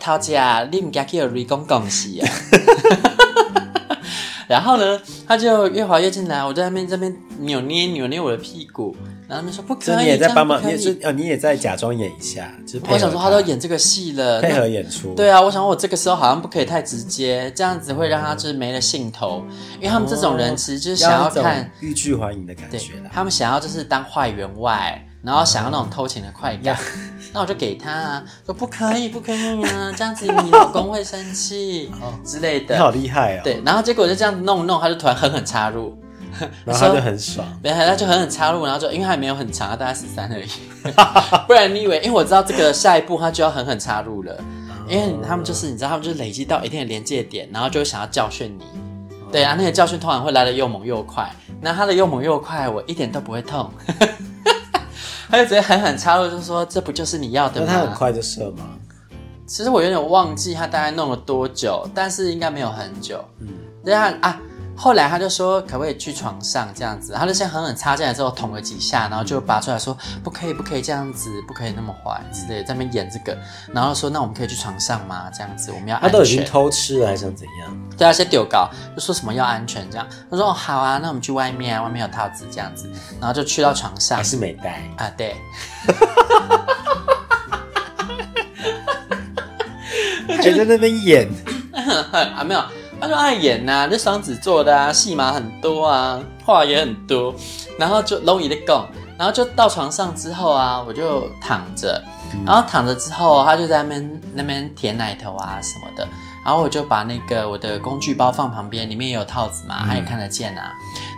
桃姐啊，你唔家去瑞公恭喜啊！ 然后呢，他就越滑越进来，我在那边这边扭捏扭捏我的屁股，然后他们说不可以，所以你也在这样帮忙，不可也以是呃，你也在假装演一下，就是配合我想说他都演这个戏了，配那合演出，对啊，我想我这个时候好像不可以太直接，这样子会让他就是没了兴头，因为他们这种人其实就是想要一种看，欲拒还迎的感对觉啦，。他们想要就是当坏员外，然后想要那种偷情的快 感。那我就给他啊，说不可以，不可以啊，这样子你老公会生 气之类哦你好的。厉害哦！，对，然后结果就这样弄弄，他就突然狠狠插入， 然后他说就很爽，没有，他就狠狠插入，然后就因为他也没有很长，他大概十三而已。 不然你以为？因为我知道这个下一步他就要狠狠插入了，哦因为他们就是你知道，他们就是累积到一定的临界点，然后就会想要教训你。哦对啊，那个教训通常会来的又猛又快。那他的又猛又快，我一点都不会痛。 他就直接狠狠插入，就说：“这不就是你要的那吗？”他很快就射吗？其实我有点忘记他大概弄了多久，但是应该没有很久。嗯，对啊啊，后来他就说可不可以去床上这样子，他就先狠狠插进来之后捅了几下，然后就拔出来说不可以，不可以这样子，不可以那么坏之嗯类的，在那边演这个，然后说那我们可以去床上吗？这样子我们要他安都已经全。偷吃了，还想怎样？对啊，先丢稿，就说什么要安全这样。他说哦好啊，那我们去外面啊，外面有套子这样子，然后就去到床上还。是没 带？啊，对。还在那边演， 啊，没有，他就爱演呐、就双子座的啊，戏码很多啊，话也很多，然后就容易的讲，然后就到床上之后啊，我就躺着，然后躺着之后，他就在那边那边舔奶头啊什么的，然后我就把那个我的工具包放旁边，里面也有套子嘛，他也看得见啊，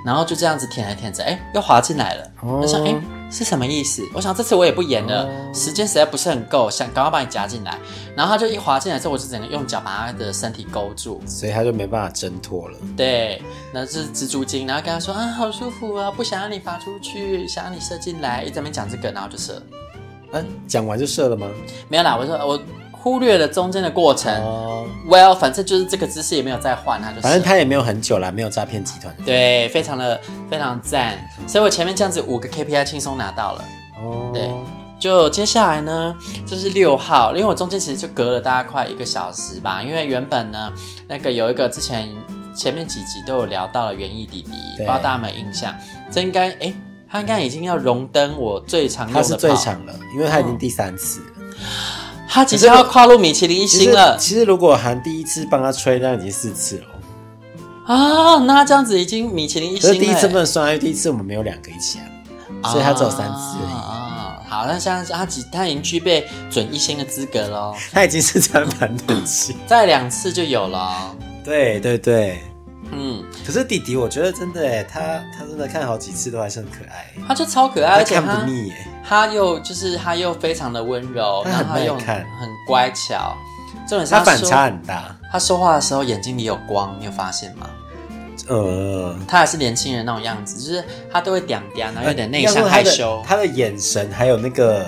然后就这样子舔着舔着，哎，又滑进来了，我想哎。是什么意思？我想这次我也不演了，哦时间实在不是很够，想赶快把你夹进来。然后他就一滑进来之后，我就整个用脚把他的身体勾住，所以他就没办法挣脱了。对，那是蜘蛛精，然后跟他说啊，好舒服啊，不想让你发出去，想让你射进来，一直在那边讲这个，然后就射，嗯、讲完就射了吗？没有啦，我说我忽略了中间的过程、哦， w e l l 反正就是这个姿势也没有再换，他就射反正他也没有很久啦，没有诈骗集团。对，非常的非常赞，所以我前面这样子五个 KPI 轻松拿到了。哦，对就接下来呢，就是六号，因为我中间其实就隔了大概快一个小时吧，因为原本呢，那个有一个之前前面几集都有聊到了园艺弟弟，不知对道大家有没有印象？这应该哎、他应该已经要荣登我最常用的他炮，是最长了，因为他已嗯经第三次了。他即将要跨入米其林一其星实了其实如果含第一次帮他吹，那已经四次了哦。啊！那他这样子已经米其林一星可是了、第一次不能算啊，因为第一次我们没有两个一起啊，所以他只有三次而已。啊啊好，那像他几他已经具备准一星的资格喽，他已经是专门等级。再两次就有了。对对对，嗯，可是弟弟，我觉得真的哎，他他真的看好几次都还是很可爱，他就超可爱，他而且看他不腻哎。他又就是他又非常的温柔，他然很后他又耐看很乖巧，重点是他反说差很大，他说话的时候眼睛里有光，你有发现吗？呃，他还是年轻人那种样子，就是他都会嗲嗲，然后有点内呃要向说害他的羞。他的眼神还有那个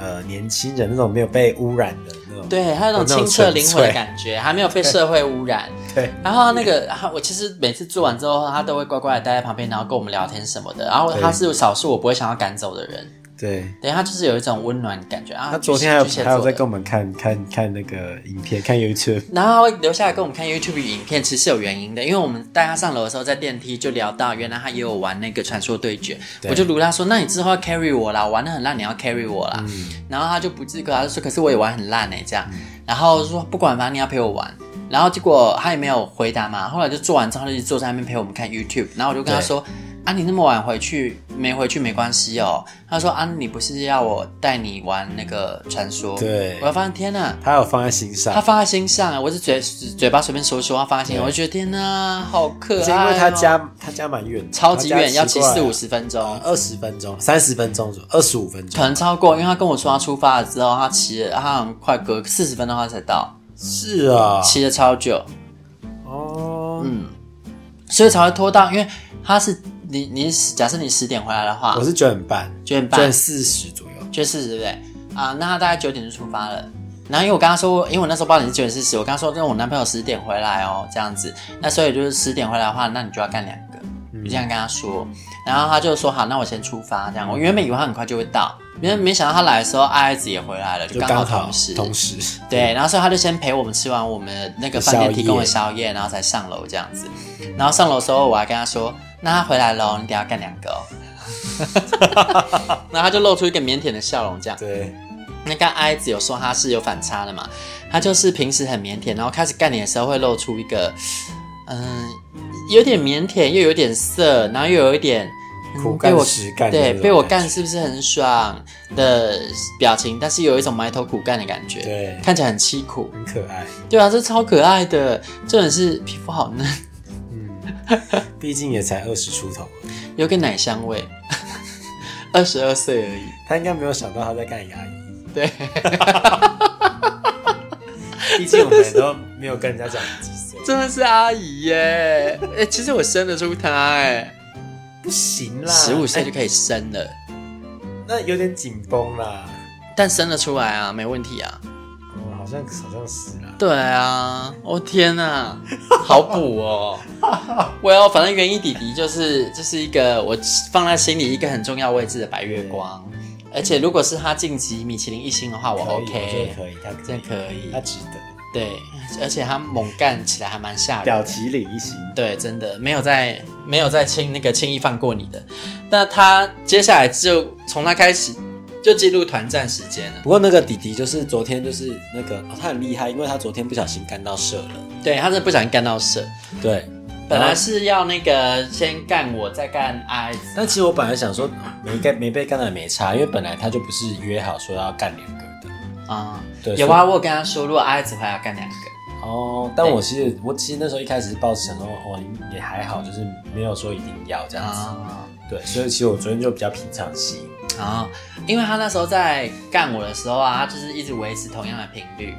呃年轻人那种没有被污染的那种，对，他有那种清澈灵魂的感觉，还没有被社会污染。对，然后那个，然后我其实每次做完之后，他都会乖乖的待在旁边，然后跟我们聊天什么的。然后对他是少数我不会想要赶走的人，对。对他就是有一种温暖的感觉啊。他昨天还有巨蟹还有座在的跟我们看看看那个影片，看 YouTube，然后他会留下来跟我们看 YouTube 影片，其实是有原因的，因为我们带他上楼的时候，在电梯就聊到，原来他也有玩那个传说对决，对我就如他说，那你之后要 carry 我啦，我玩的很烂，你要 carry 我啦。嗯欸然后他就不自觉，他就说，可是我也玩很烂哎、这样。然后说不管，反正你要陪我玩。然后结果他也没有回答嘛，后来就做完之后他就一直坐在那边陪我们看 YouTube，然后我就跟他说。啊，你那么晚回去没回去没关系哦。他说啊，你不是要我带你玩那个传说？对我要发现天啊哪，他有放在心上他，放在心上啊！我是嘴嘴巴随便说说，他放在心上，对我就觉得天哪，好可可是爱、因哦。为他家他家蛮远的，超级远，要骑四五十十分钟，二十分钟、三十分钟左右、二十五分可钟，能超过，因为他跟我说他出发了之后，他骑了，他好像快隔四十分钟他才到，是啊，骑了超久，哦，嗯，所以才会拖到，因为他是你你假设你十点回来的话我，是九点半，九点九点半四十左右，就四十对不对？啊，那他大概九点就出发了。然后因为我跟他说，因为我那时候八点是九点四十，我跟他说，那我男朋友十点回来哦，这样子。那所以就是十点回来的话，那你就要干两个，嗯我就这样跟他说。然后他就说好，那我先出发这样。我原本以为他很快就会到，因为没想到他来的时候，爱子也回来了，就刚好刚好同时。同时，对，然后所以他就先陪我们吃完我们那个饭店提供的宵夜，然后才上楼这样子。然后上楼的时候，我还跟他说：“那他回来喽，你等一下干两个、哦。” 然后他就露出一个腼腆的笑容，这样。对，那刚刚 I 子有说他是有反差的嘛，他就是平时很腼腆，然后开始干你的时候会露出一个，嗯、有点腼腆又有点色，然后又有一点、嗯苦被干我实干的那对，种被我感觉干是不是很爽的表情，但是有一种埋头苦干的感觉，对看起来很凄苦，很可爱，对啊，这超可爱的，重点是皮肤好嫩， 嗯毕竟也才二十出头，有个奶香味， 二十二岁而已，他应该没有想到他在干牙医，对。毕竟我们都没有跟人家讲几岁，真的是阿姨耶！哎、其实我生得出她哎，不行啦，十五岁就哎可以生了，那有点紧绷啦，但生得出来啊，没问题啊。嗯，好像好像是啦，对啊，我、天啊，好补 哦！我要反正园艺弟弟就是就是一个我放在心里一个很重要位置的白月光，而且如果是他晋级米其林一星的话，我可以我觉得 OK，可以，他可真以的，可以他。值得，对，而且他猛干起来还蛮吓人的。表题领一星，对，真的没有在没有在轻那个轻易放过你的。那他接下来就从他开始就进入团战时间了。不过那个弟弟就是昨天就是那个、哦他很厉害，因为他昨天不小心干到射了。对他是不小心干到射，对，本来是要那个先干我，再干 I 子。但其实我本来想说没干没被干到也没差，因为本来他就不是约好说要干两个的。啊、对有啊，我有跟他说，如果 I 子回来干两个，哦，但我其实我其实那时候一开始是抱持想说，哦也还好，就是没有说一定要这样子。啊对，所以其实我昨天就比较平常心。啊、因为他那时候在干我的时候啊，他就是一直维持同样的频率，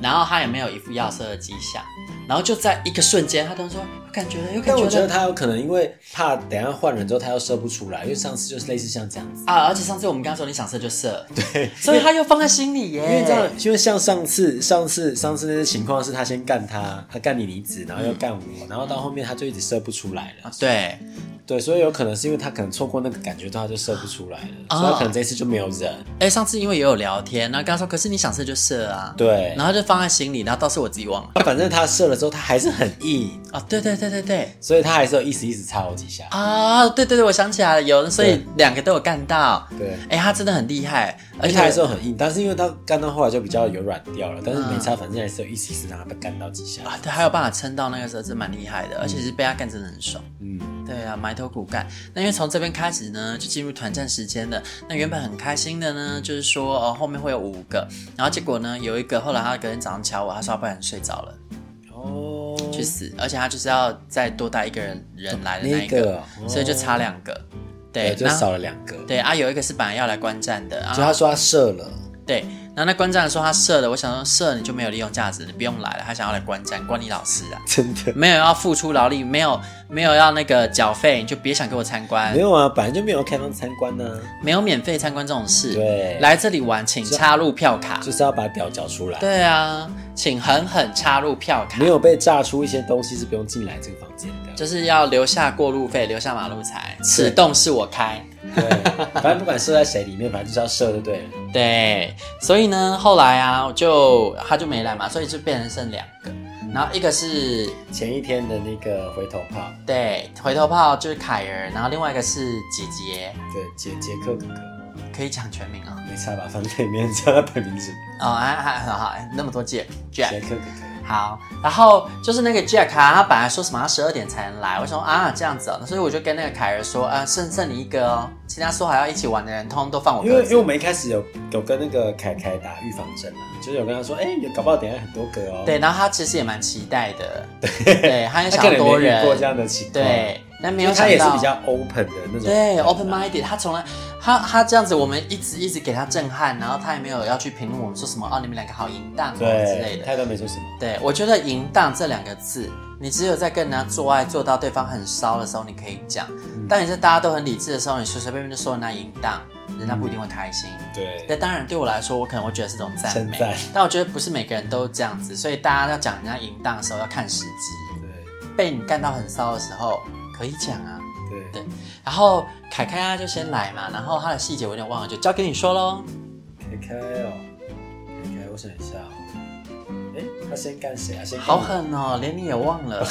然后他也没有一副要射的迹象，然后就在一个瞬间，他突然说有感觉了，有感但我觉觉得了。他有可能因为怕等一下换人之后他又射不出来，因为上次就是类似像这样子。啊！而且上次我们刚说你想射就射，对，所以他又放在心里耶。因为这样，因为像上次、上次、上次那些情况是他先干他，他干你离子，然后又嗯干我，然后到后面他就一直射不出来啊了。对，对，所以有可能是因为他可能错过那个感觉到他就射不出来了，哦所以他可能这次就没有忍。哎、上次因为也有聊天，然后跟他说，可是你想射就射啊，，对，然后就放在心里，然后倒是我自己忘了。反正他射了之后他还是很硬，啊，对对对对对，所以他还是有意思意思插我几下。啊，对对对，我想起来了，有，所以两个都有干到。对，哎、他真的很厉害，而而且且他还是有很硬，但是因为他干到后来就比较有软掉了，但是没差，反正还是有意思意思让他被干到几下。啊，对，还有办法撑到那个时候，真蛮厉害的，而且是被他干真的很爽。嗯，对啊，埋头苦干。那因为从这边开始呢，就进入团战时间了。那原本很开心的呢，就是说哦，后面会有五个，然后结果呢，有一个后来他隔天早上敲我，啊他说他不然睡着了，哦，去死，而且他就是要再多带一个人人来的那一那个，个哦所以就差两个。对对，，就哎那少了两个。对啊，有一个是本来要来观战的，就啊，他说他射了，对，然后那观战说他射了，我想说射你就没有利用价值，你不用来了，他想要来观战，关你老师啊，真的。没有要付出劳力，没有没有要那个缴费，你就别想给我参观没，有啊，本来就没有开放参观啊呢、没有免费参观这种事。对来这里玩，请插入票卡。就是要把屌缴出来。对啊，请狠狠插入票卡没，有被炸出一些东西是不用进来这个房间的。就是要留下过路费，留下马路财。此洞是我开。对，反正不管射在谁里面，反正就是要射就对了。对，所以呢，后来啊，我就他就没来嘛，所以就变成剩两个。然后一个是前一天的那个回头炮，对回头炮，就是凯儿，然后另外一个是姐姐，对，杰杰克哥哥，可以讲全名啊、没差吧？反正也没人知道他本名字。哦。还还很好，那么多姐杰 Jack。克哥哥，好，然后就是那个 Jack 啊，他本来说什么他十二点才能来，我想说啊这样子哦，所以我就跟那个凯儿说啊，剩剩你一个哦，其他说好要一起玩的人，通通都放我因为鸽因为我子。们一开始有有跟那个凯凯打预防针啊，就是有跟他说，哎、有搞不好等一下很多个哦。对，然后他其实也蛮期待的，对，他也 他想可要能多没遇人，过这样的情况，对，但没因有为想他到也是比较 open 的那种人对啊， open minded，他从来他他这样子，我们一直一直给他震撼，然后他也没有要去评论我们说什么哦，你们两个好淫荡哦之类对，的。他都没说什么。对，我觉得“淫荡”这两个字，你只有在跟人家做爱做到对方很骚的时候，你可以讲；嗯当你在大家都很理智的时候，你随随便便就说人家淫荡，人家不一定会开心。那对，当然，对我来说，我可能会觉得是种赞美嗯称赞，但我觉得不是每个人都这样子，所以大家要讲人家淫荡的时候要看时机。对，被你干到很骚的时候，可以讲啊。对对，然后凯凯他就先来嘛，然后他的细节我有点忘了，就交给你说喽。凯凯哦，凯凯，我想一下哦，哎、他先干谁啊？先干好，狠哦，连你也忘 了，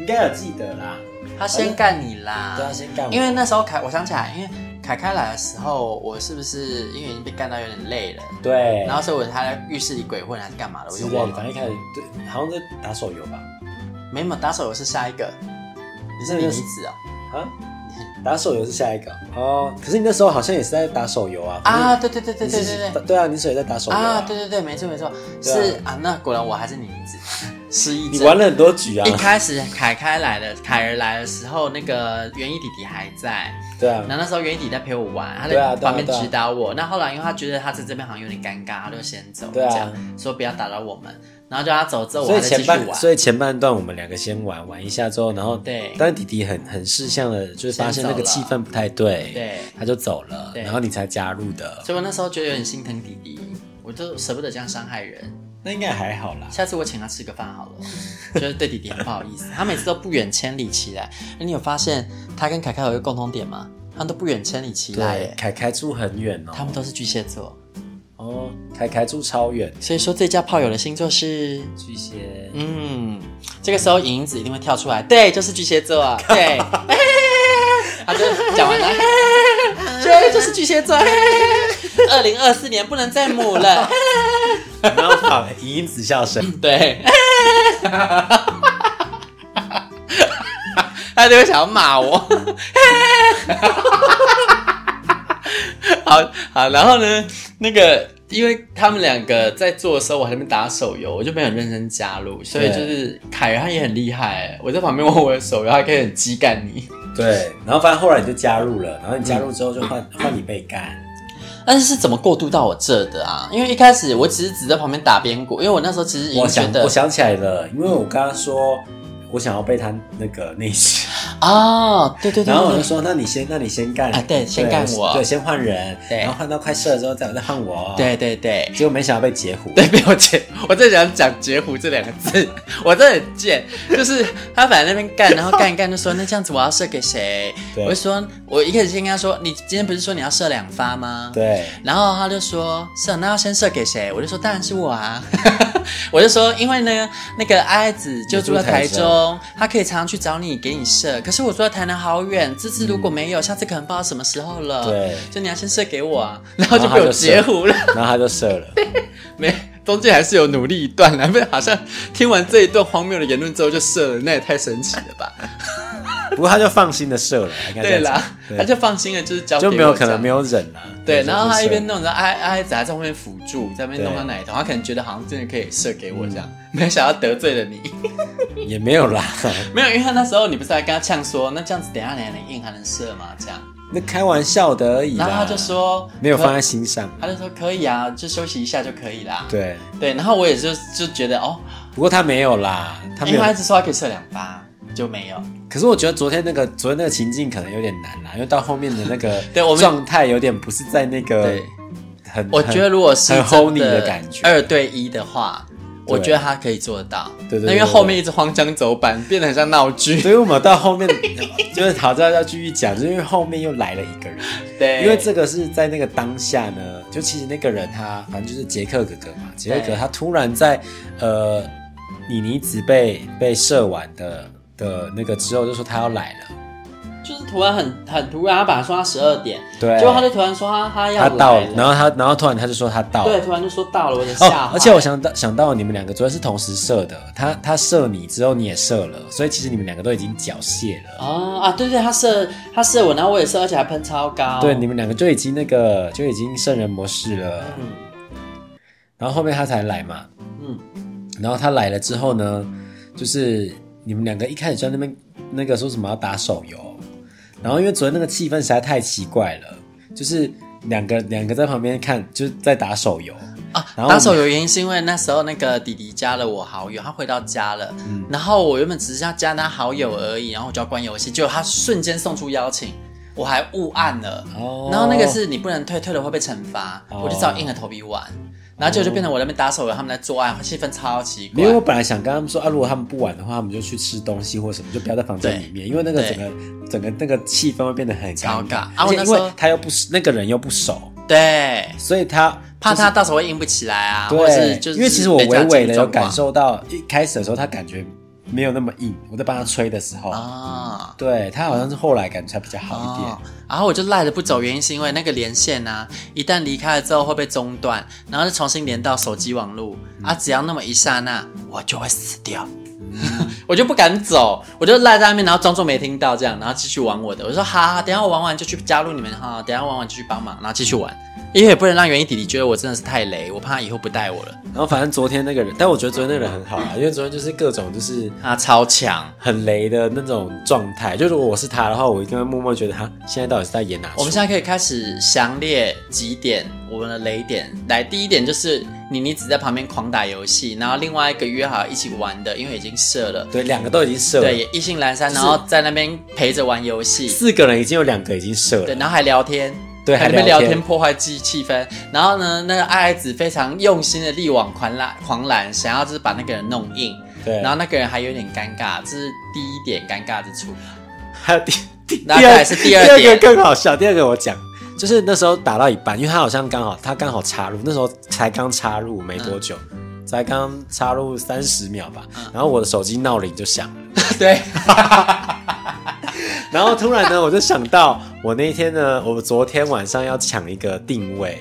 应该有记得啦。他先干你啦对，。他啊先干我，啊因为那时候凯，我想起来，因为凯凯来的时候，我是不是因为已经被干到有点累了，对，然后所以我他在浴室里鬼混还是干嘛的，我之就类忘的，了。反正一开始对，好像在打手游吧？没有打手游是下一个，你是李妮子哦。啊，打手游是下一个哦。可是你那时候好像也是在打手游啊？啊，对对对对你对是，对对。对啊，你是也在打手游啊，对对对，没错没错，对啊是啊，那果然我还是李妮子，失忆症。你玩了很多局啊一，开始凯凯来的，凯儿来的时候，那个园艺弟弟还在，对啊，然后那时候园艺弟弟在陪我玩，他对在啊对啊旁边对啊指导我。那后来因为他觉得他在这边好像有点尴尬，他就先走，对啊这样说不要打扰我们。然后叫他走之后，我所还以在继前续玩半，。所以前半段我们两个先玩玩一下之后，然后对但是弟弟很很识相的，就是发现那个气氛不太对，对他就走了，对然后你才加入的，所以我那时候觉得有点心疼弟弟，我就舍不得这样伤害人。那应该还好啦。下次我请他吃个饭好了，就是对弟弟很不好意思，他每次都不远千里骑来。哎你有发现他跟凯凯有一个共同点吗？他们都不远千里骑来对，耶，凯凯住很远哦，他们都是巨蟹座。哦，凯凯住超远，所以说最佳炮友的星座是，巨蟹，嗯，这个时候影影子一定会跳出来，对，就是巨蟹座啊，对，他就讲完了，嘿对，就是巨蟹座，二零二四年不能再母了，然后放银音子笑声，对， 他就会想要骂我，好好，然后呢，那个因为他们两个在做的时候，我还在那边打手游，我就没有认真加入，所以对就是凯儿他也很厉害，我在旁边玩我的手游，他可以很激干你。对，然后反正后来你就加入了，然后你加入之后就换换你被干，嗯但是是怎么过渡到我这的啊？因为一开始我只是只在旁边打边鼓，因为我那时候其实已经我觉想得我想起来了，因为我刚刚说我想要被他那 个内心。哦，对对对对然后我对就说：“那你先，那你先干啊对先干我对，先换人，对然后换到快射了之后再再换我。”，对对对，结果没想到被截胡。 对，没有截，我正想讲截胡这两个字， 我真的很贱，就是他反正那边干，然后干一干就说那这样子我要射给谁？对我就说，我一开始先跟他说，你今天不是说你要射两发吗？。 对然后他就说射，那要先射给谁？我就说当然是我啊， 我就说因为呢，那个阿爱子就住在台你住台中，他可以常常去找你给你射，可是我住在台南好远，这次如果没有，下次可能不知道什么时候了。，对，就你要先射给我啊，然后就然后被他我就截射胡了。然后他就射了。没，中间还是有努力一段啦，不然好像听完这一段荒谬的言论之后就射了，那也太神奇了吧？ 不过他就放心的射了，应该这对样啦讲，对他就放心了，就是交给就我没有可能没有。有忍啊。对，然后他一边弄，弄着，哎哎，子还在后面辅助，在那边弄他奶头，他可能觉得好像真的可以射给我这样，嗯没想到得罪了你。 也没有啦。 没有，因为他那时候你不是还跟他呛说，那这样子等一下你还能硬还能射吗？这样，那开玩笑的而已啦。然后他就说啊没有可放在心上。他就说可以啊，就休息一下就可以啦。对，对，然后我也就就觉得哦，不过他没有啦，他没因为有他一。直说他可以射两发，就没有。可是我觉得昨天那个昨天那个情境可能有点难啦，因为到后面的那个 对我们状态有点不是在那个对很我觉得如果是很真 honey 的感觉二对一的话，对我觉得他可以做到。对对对那因为后面一直荒腔走板，变得很像闹剧。所以我们到后面 就是好，这要继续讲，就是因为后面又来了一个人，对，因为这个是在那个当下呢，就其实那个人他反正就是杰克哥哥嘛，杰克哥对他突然在呃妮妮子被被射完的的那个之后，就说他要来了，就是突然很很突然，他本来说他十二点，对结果他就突然说他他要他到来了，然后他，然后突然他就说他到了，对，突然就说到了，我的吓坏、哦，而且我想到想到你们两个昨天是同时射的，他他射你之后你也射了，所以其实你们两个都已经缴械了。哦啊，对对，他射他射我，然后我也射，而且还喷超高。对，你们两个就已经那个就已经圣人模式了。嗯然后后面他才来嘛，嗯，然后他来了之后呢，就是你们两个一开始就在那边那个说什么要打手游，然后因为昨天那个气氛实在太奇怪了，就是两个两个在旁边看就是在打手游，啊，然后打手游原因是因为那时候那个弟弟加了我好友，他回到家了，嗯然后我原本只是要加他好友而已，然后我就要关游戏，结果他瞬间送出邀请，我还误按了，哦然后那个是你不能退，退了会被惩罚，哦我就只好硬着头皮玩，然后结果就变成我在那边打手游，他们在做爱，气氛超奇没有，我怪。本来想跟他们说啊，如果他们不玩的话，他们就去吃东西或什么，就不要在房间里面，因为那个整个整个那个气氛会变得很超尴尬啊而我且那因时候为他又不那个人又不熟，对，所以他怕就是他到时候会硬不起来啊，或者是对，就是因为其实我被叫微微的进有状况感受到，一开始的时候他感觉没有那么硬，我在帮他吹的时候，啊。对他好像是后来感觉才比较好一点。哦，然后我就赖着不走，原因是因为那个连线啊，一旦离开了之后会被中断，然后就重新连到手机网络、嗯啊，只要那么一刹那，我就会死掉， 我就不敢走，我就赖在那边，然后装作没听到这样，然后继续玩我的。我说好好，等一下我玩完就去加入你们哈，等一下玩完就去帮忙，然后继续玩，因为也不能让园艺弟弟觉得我真的是太雷，我怕他以后不带我了。然后反正昨天那个人，但我觉得昨天那个人很好啊，因为昨天就是各种就是。他啊超强，很雷的那种状态，就如果我是他的话，我一定会默默觉得他现在到底是在演哪出？我们现在可以开始详列几点我们的雷点。来，第一点就是妮妮只在旁边狂打游戏，然后另外一个约好一起玩的，因为已经射了，对两个都已经射了，对，也意兴阑珊，然后在那边陪着玩游戏，四个人已经有两个已经射对，了，然后还聊天。对还在那还边聊聊天天破坏气气氛，然后呢，那个爱爱子非常用心的力挽狂澜，狂澜想要就是把那个人弄硬，对，然后那个人还有点尴尬，这是第一点尴尬之处。 还有第第那再来是第二点个更好笑，第二个我讲就是那时候打到一半，因为他好像刚好他刚好插入，那时候才刚插入没多久，嗯才刚插入三十秒吧，然后我的手机闹铃就响了。对，然后突然呢，我就想到我那一天呢，我昨天晚上要抢一个定位，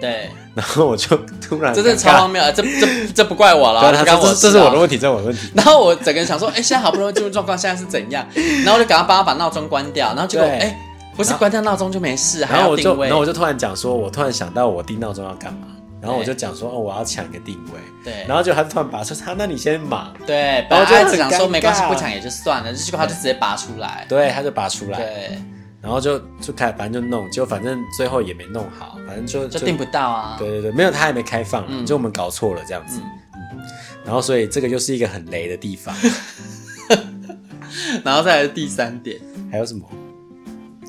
对，然后我就突然这是超荒谬，这这这不怪我了，对不他干说我这事这是啊我的问题，这是我的问 题。然后我整个人想说，哎、现在好不容易进入状况，现在是怎 样？然后我就赶快帮他把闹钟关掉，然后结果，哎、对不是关掉闹钟就没事，还然后要我定就，位然。后我就突然讲说，我突然想到我定闹钟要干嘛，然后我就讲说，哦，我要抢一个定位。对然后就他突然把说，他那你先忙，对，本然后来就他很只想说尴没关系，尬不抢也就算了，结果他就直接拔出来。对，他就拔出来，对，然后就就开，反正就弄，结果反正最后也没弄好，反正就就定不到啊。对对对，没有，他还没开放啊，嗯就我们搞错了这样子。嗯然后，所以这个又是一个很雷的地方。 然后再来第三点，还有什么？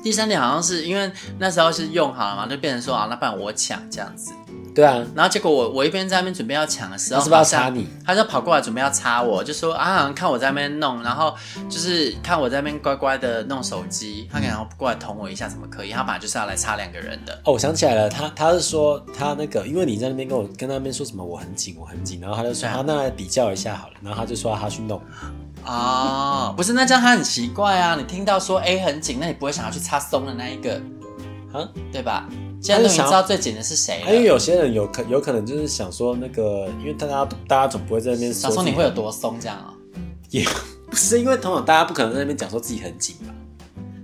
第三点好像是因为那时候是用好了嘛，就变成说啊，那不然我抢这样子。对啊，然后结果我我一边在那边准备要抢的时候，他是不是要好像插你？他就跑过来准备要插我，就说啊，好像看我在那边弄，然后就是看我在那边乖乖的弄手机，他可能要过来捅我一下，怎么可以？他本来就是要来插两个人的。哦，我想起来了，他他是说他那个，因为你在那边跟我跟他那边说什么我很紧我很紧，然后他就说对啊他那来比较一下好了，然后他就说他去弄，啊哦，不是，那这样他很奇怪啊！你听到说 A 很紧，那你不会想要去插松的那一个嗯啊，对吧？现在都已经想知道最紧的是谁啊因为了，有些人有可有可能就是想说那个，因为大家大家总不会在那边想说说自你己会有多松这样啊、也 不是因为通常大家不可能在那边讲说自己很紧吧，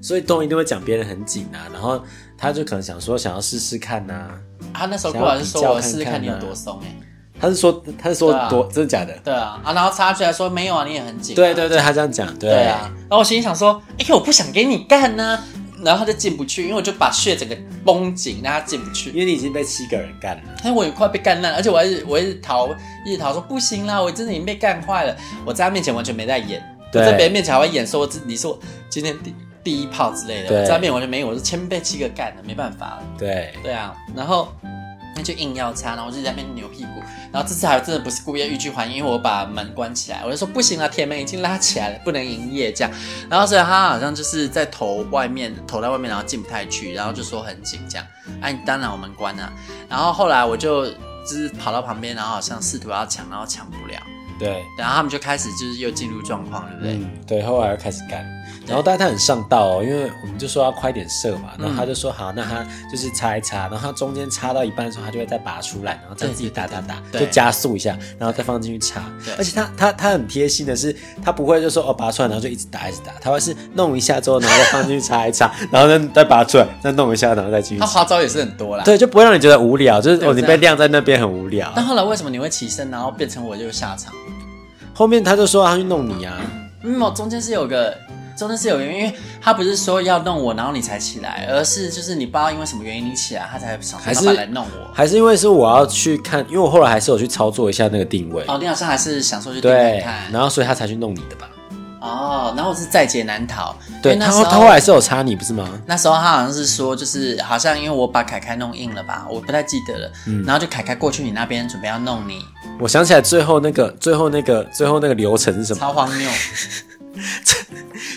所以东一定会讲别人很紧啊，然后他就可能想说想要试试看啊呐、他那时候过来就说想要我比较试试看看啊看你有多松哎、欸他是说他是说对啊多、真的假的？对啊啊，然后插出来说没有啊，你也很紧啊、对对对，他这样讲，对对啊，，然后我心里想说，哎、我不想给你干呢、然后他就进不去，因为我就把血整个绷紧，让他进不去因。为你已经被七个人干了，但我也快被干烂了，而且我还是我一直逃，一直逃说不行啦，我真的已经被干坏了。我在他面前完全没在演，我对在别人面前还会演说我自你是我今天第第一炮之类的，对我在他面前完全没有，我是千被七个干的，没办法了。对，对啊，然后那就硬要插，然后我就在那边扭屁股，然后这次还真的不是故意要欲拒还迎，因为我把门关起来，我就说不行了，铁门已经拉起来了，不能营业这样。然后所以他好像就是在头外面，头在外面，然后进不太去，然后就说很紧这样。哎、啊，当然我们关了、然后后来我就就是跑到旁边，然后好像试图要抢，然后抢不了，对，然后他们就开始就是又进入状况，对不对？嗯，对，后来又开始干，然后但是他很上道哦，因为我们就说要快点射嘛，嗯然后他就说好，那他就是擦一擦，然后他中间擦到一半的时候，他就会再拔出来，然后再对自己打打打，对就加速一下，然后再放进去插对。而且他他他很贴心的是，他不会就说哦拔出来，然后就一直打一直打，他会是弄一下之后，然后再放进去插 一插，然后再再拔出来，再弄一下，然后再继续他插。花招也是很多啦。。对，就不会让你觉得无聊，就是哦对哦这你样被晾在那边很无聊。但后来为什么你会起身，然后变成我就下场？后面他就说他去弄你啊，嗯，我中间是有个，中间是有个原因，因为他不是说要弄我，然后你才起来，而是就是你不知道因为什么原因你起来，他才想还说是他来弄我。还是因为是我要去看，因为我后来还是有去操作一下那个定位，哦，你好像还是想说去盯看对，看。然后所以他才去弄你的吧？哦，然后我是在劫难逃。嗯对，因为他那时候他后来是有插你不是吗？那时候他好像是说，就是好像因为我把凯凯弄硬了吧，我不太记得了。嗯然后就凯凯过去你那边准备要弄你，我想起来最后那个最后那个最后那个流程是什么？超荒谬。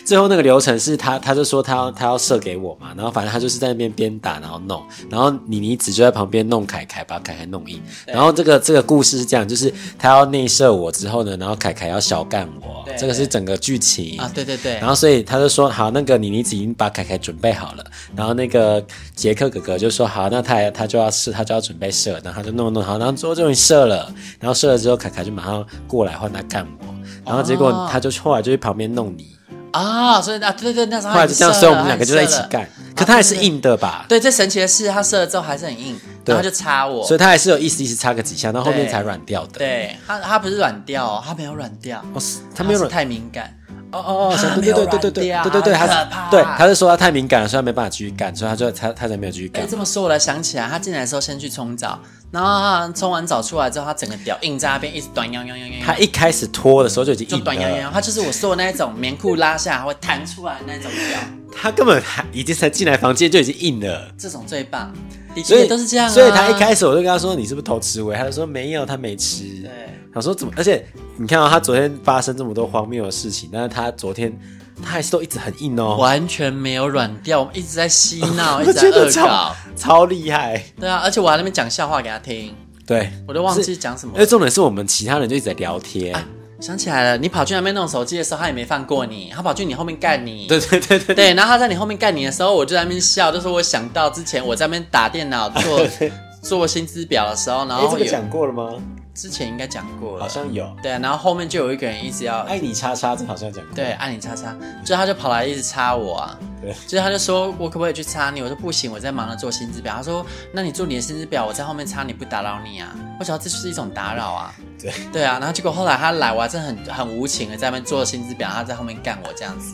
最后那个流程是他他就说他要他要射给我嘛，然后反正他就是在那边边打然后弄，然后妮妮子就在旁边弄凯凯，把凯凯弄硬。对然后这个这个故事是这样，就是他要内射我之后呢，然后凯凯要小干我对，这个是整个剧情啊，对对对，然后所以他就说好，那个妮妮子已经把凯凯准备好了，然后那个杰克哥哥就说好，那他也他就要试，他就要准备射，然后他就弄弄好，然后最后终于射了，然后射了之后，凯凯就马上过来换他干我，然后结哦果他就后来就去旁边弄你，啊，所以啊，对对对，那时候后他来已就经这样，射所以我了们两个就在一起。他已经射了干，可他还是对对硬的吧，对，最神奇的是他射了之后还是很硬，对然后就插我。所以他还是有意思意思插个几下，然后后面对才软掉的。对他，他不是软掉哦，他没有软掉，哦，是他没有是软太敏感。哦哦哦，他想没对有对对对对对软掉对对对，他很是可怕对他是说他太敏感了，所以他没办法继续干，所以他就他他才没有继续哎，干。这么说我才想起来，他进来的时候先去冲澡，然后他好像冲完澡出来之后，他整个屌硬在那边一直短腰腰腰腰。他一开始脱的时候就已经就硬短羊了，羊，它就是我说的那一种棉裤拉下会弹出来的那种表，他根本还已经才进来房间就已经硬了，这种最棒。的所以确都是这样、啊，所以他一开始我就跟他说：“你是不是偷吃味？”他就说：“没有，他没吃对。”想说怎么？而且你看到、哦他昨天发生这么多荒谬的事情，但是他昨天他还是都一直很硬哦，完全没有软掉，我们一直在嬉闹，一 我直觉在得恶超搞。超厉害。对啊，而且我还在那边讲笑话给他听，对，我都忘是记讲什么因为。重点是我们其他人就一直在聊天，想起来了，你跑去那边弄手机的时候，他也没放过你，他跑去你后面干你。 对对对对对，然后他在你后面干你的时候，我就在那边笑，就说我想到之前我在那边打电脑做 做薪资表的时候，然哎，后这个哦有讲过了吗？之前应该讲过好了，像哎有。对，然啊后后面就有一个人一直要爱你叉叉，这好像有讲过。对，按你叉叉，就他就跑来一直插我啊，对就是他就说我可不可以去插你？我说不行，我在忙着做薪资表。他说那你做你的薪资表，我在后面插你不打扰你啊？我想到这是一种打扰啊，对对啊。然后结果后来他来，我还真的很很无情的在那边做薪资表，他在后面干我这样子，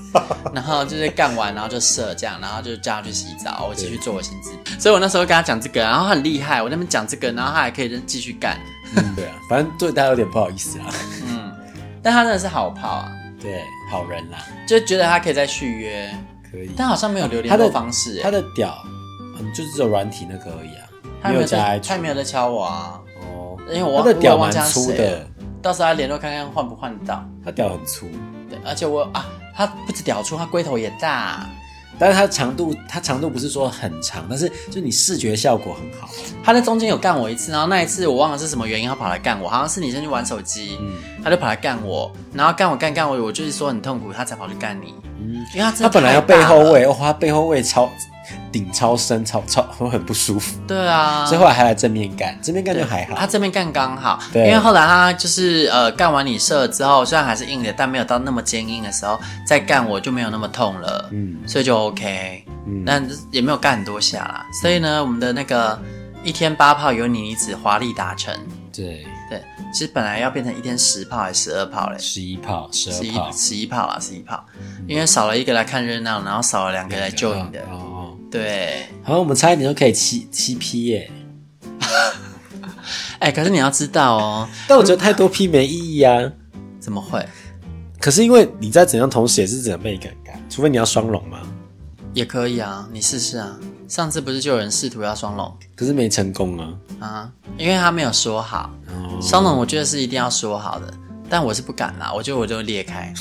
然后就是干完然后就射这样，然后就叫他去洗澡，我继续做我薪资。所以我那时候跟他讲这个，然后他很厉害，我在那边讲这个，然后他还可以继续干，嗯对啊，反正对大家有点不好意思啦。嗯，但他真的是好炮啊，对，好人啦，就觉得他可以再续约。可以。但好像没有留联他的络方式、欸，他的屌，嗯，就是只有软体那个而已啊，他也没没有有加在，爱他也没有在敲我啊，哦，因为我他的屌我蛮忘记他粗是谁的了，到时候来联络看看换不换得到。他屌很粗，对，而且我啊，他不止屌粗，他龟头也大，但是他长度，他长度不是说很长，但是就你视觉效果很好。他在中间有干我一次，然后那一次我忘了是什么原因，他跑来干我，好像是你先去玩手机，嗯他就跑来干我，然后干我干干我，我就是说很痛苦，他才跑去干你，嗯，因为他真他的本来太要背大后了，位，哦，他背后位超顶超深，超超我很不舒服，对啊，所以后来还来正面干，正面干就还他好。这边干刚好，因对为后来他就是呃干完你射之后，虽然还是硬的，但没有到那么坚硬的时候，再干我就没有那么痛了，嗯所以就 OK，嗯但也没有干很多下啦，所以呢，我们的那个一天八炮由你妮子华丽达成，对，对，其实本来要变成一天十炮还是十二炮嘞，十一炮，十十二一炮，十一炮啦，十一炮，因为少了一个来看热闹，然后少了两个来救你的，哦，对，好，我们差一点就可以七七 P 耶，哎、可是你要知道哦，但我觉得太多 P 没意义啊。怎么会可是因为你在怎样同时也是只能被一个人干，除非你要双龙嘛。也可以啊，你试试啊，上次不是就有人试图要双龙？可是没成功啊。啊，因为他没有说好。哦，双龙我觉得是一定要说好的，但我是不敢啦，我觉得我就裂开。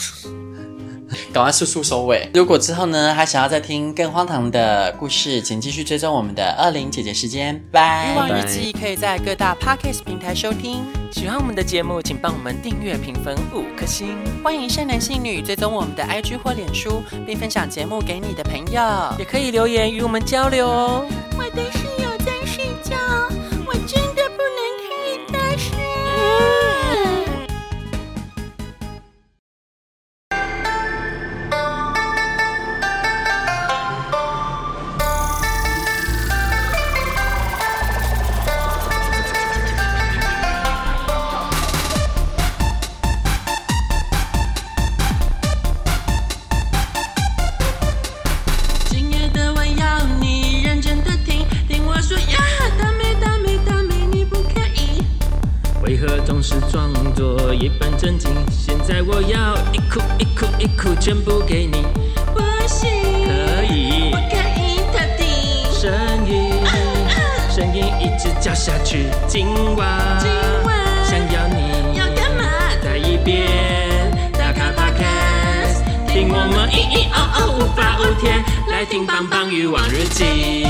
赶快速速收尾。如果之后呢还想要再听更荒唐的故事，请继续追踪我们的二零姐姐时间，拜欲。望日拜记可以在各大 podcast 平台收听，喜欢我们的节目，请帮我们订阅、评分五颗星。欢迎善男信女追踪我们的 IG 或脸书，并分享节目给你的朋友。也可以留言与我们交流哦。我的室友在睡觉，我真的不能开大声。今夜的我要你认真的听，听我说呀，大美大美大美，你不可以。为何总是装作一本正经？现在我要一哭一哭一哭，全部给你。不行，可以不，可以特地。声音，声音一直叫下去。今晚，今晚想要你，要干嘛？再一遍。打开 Podcast，听我们咿咿哦哦无法无天，来听棒棒鱼网日记。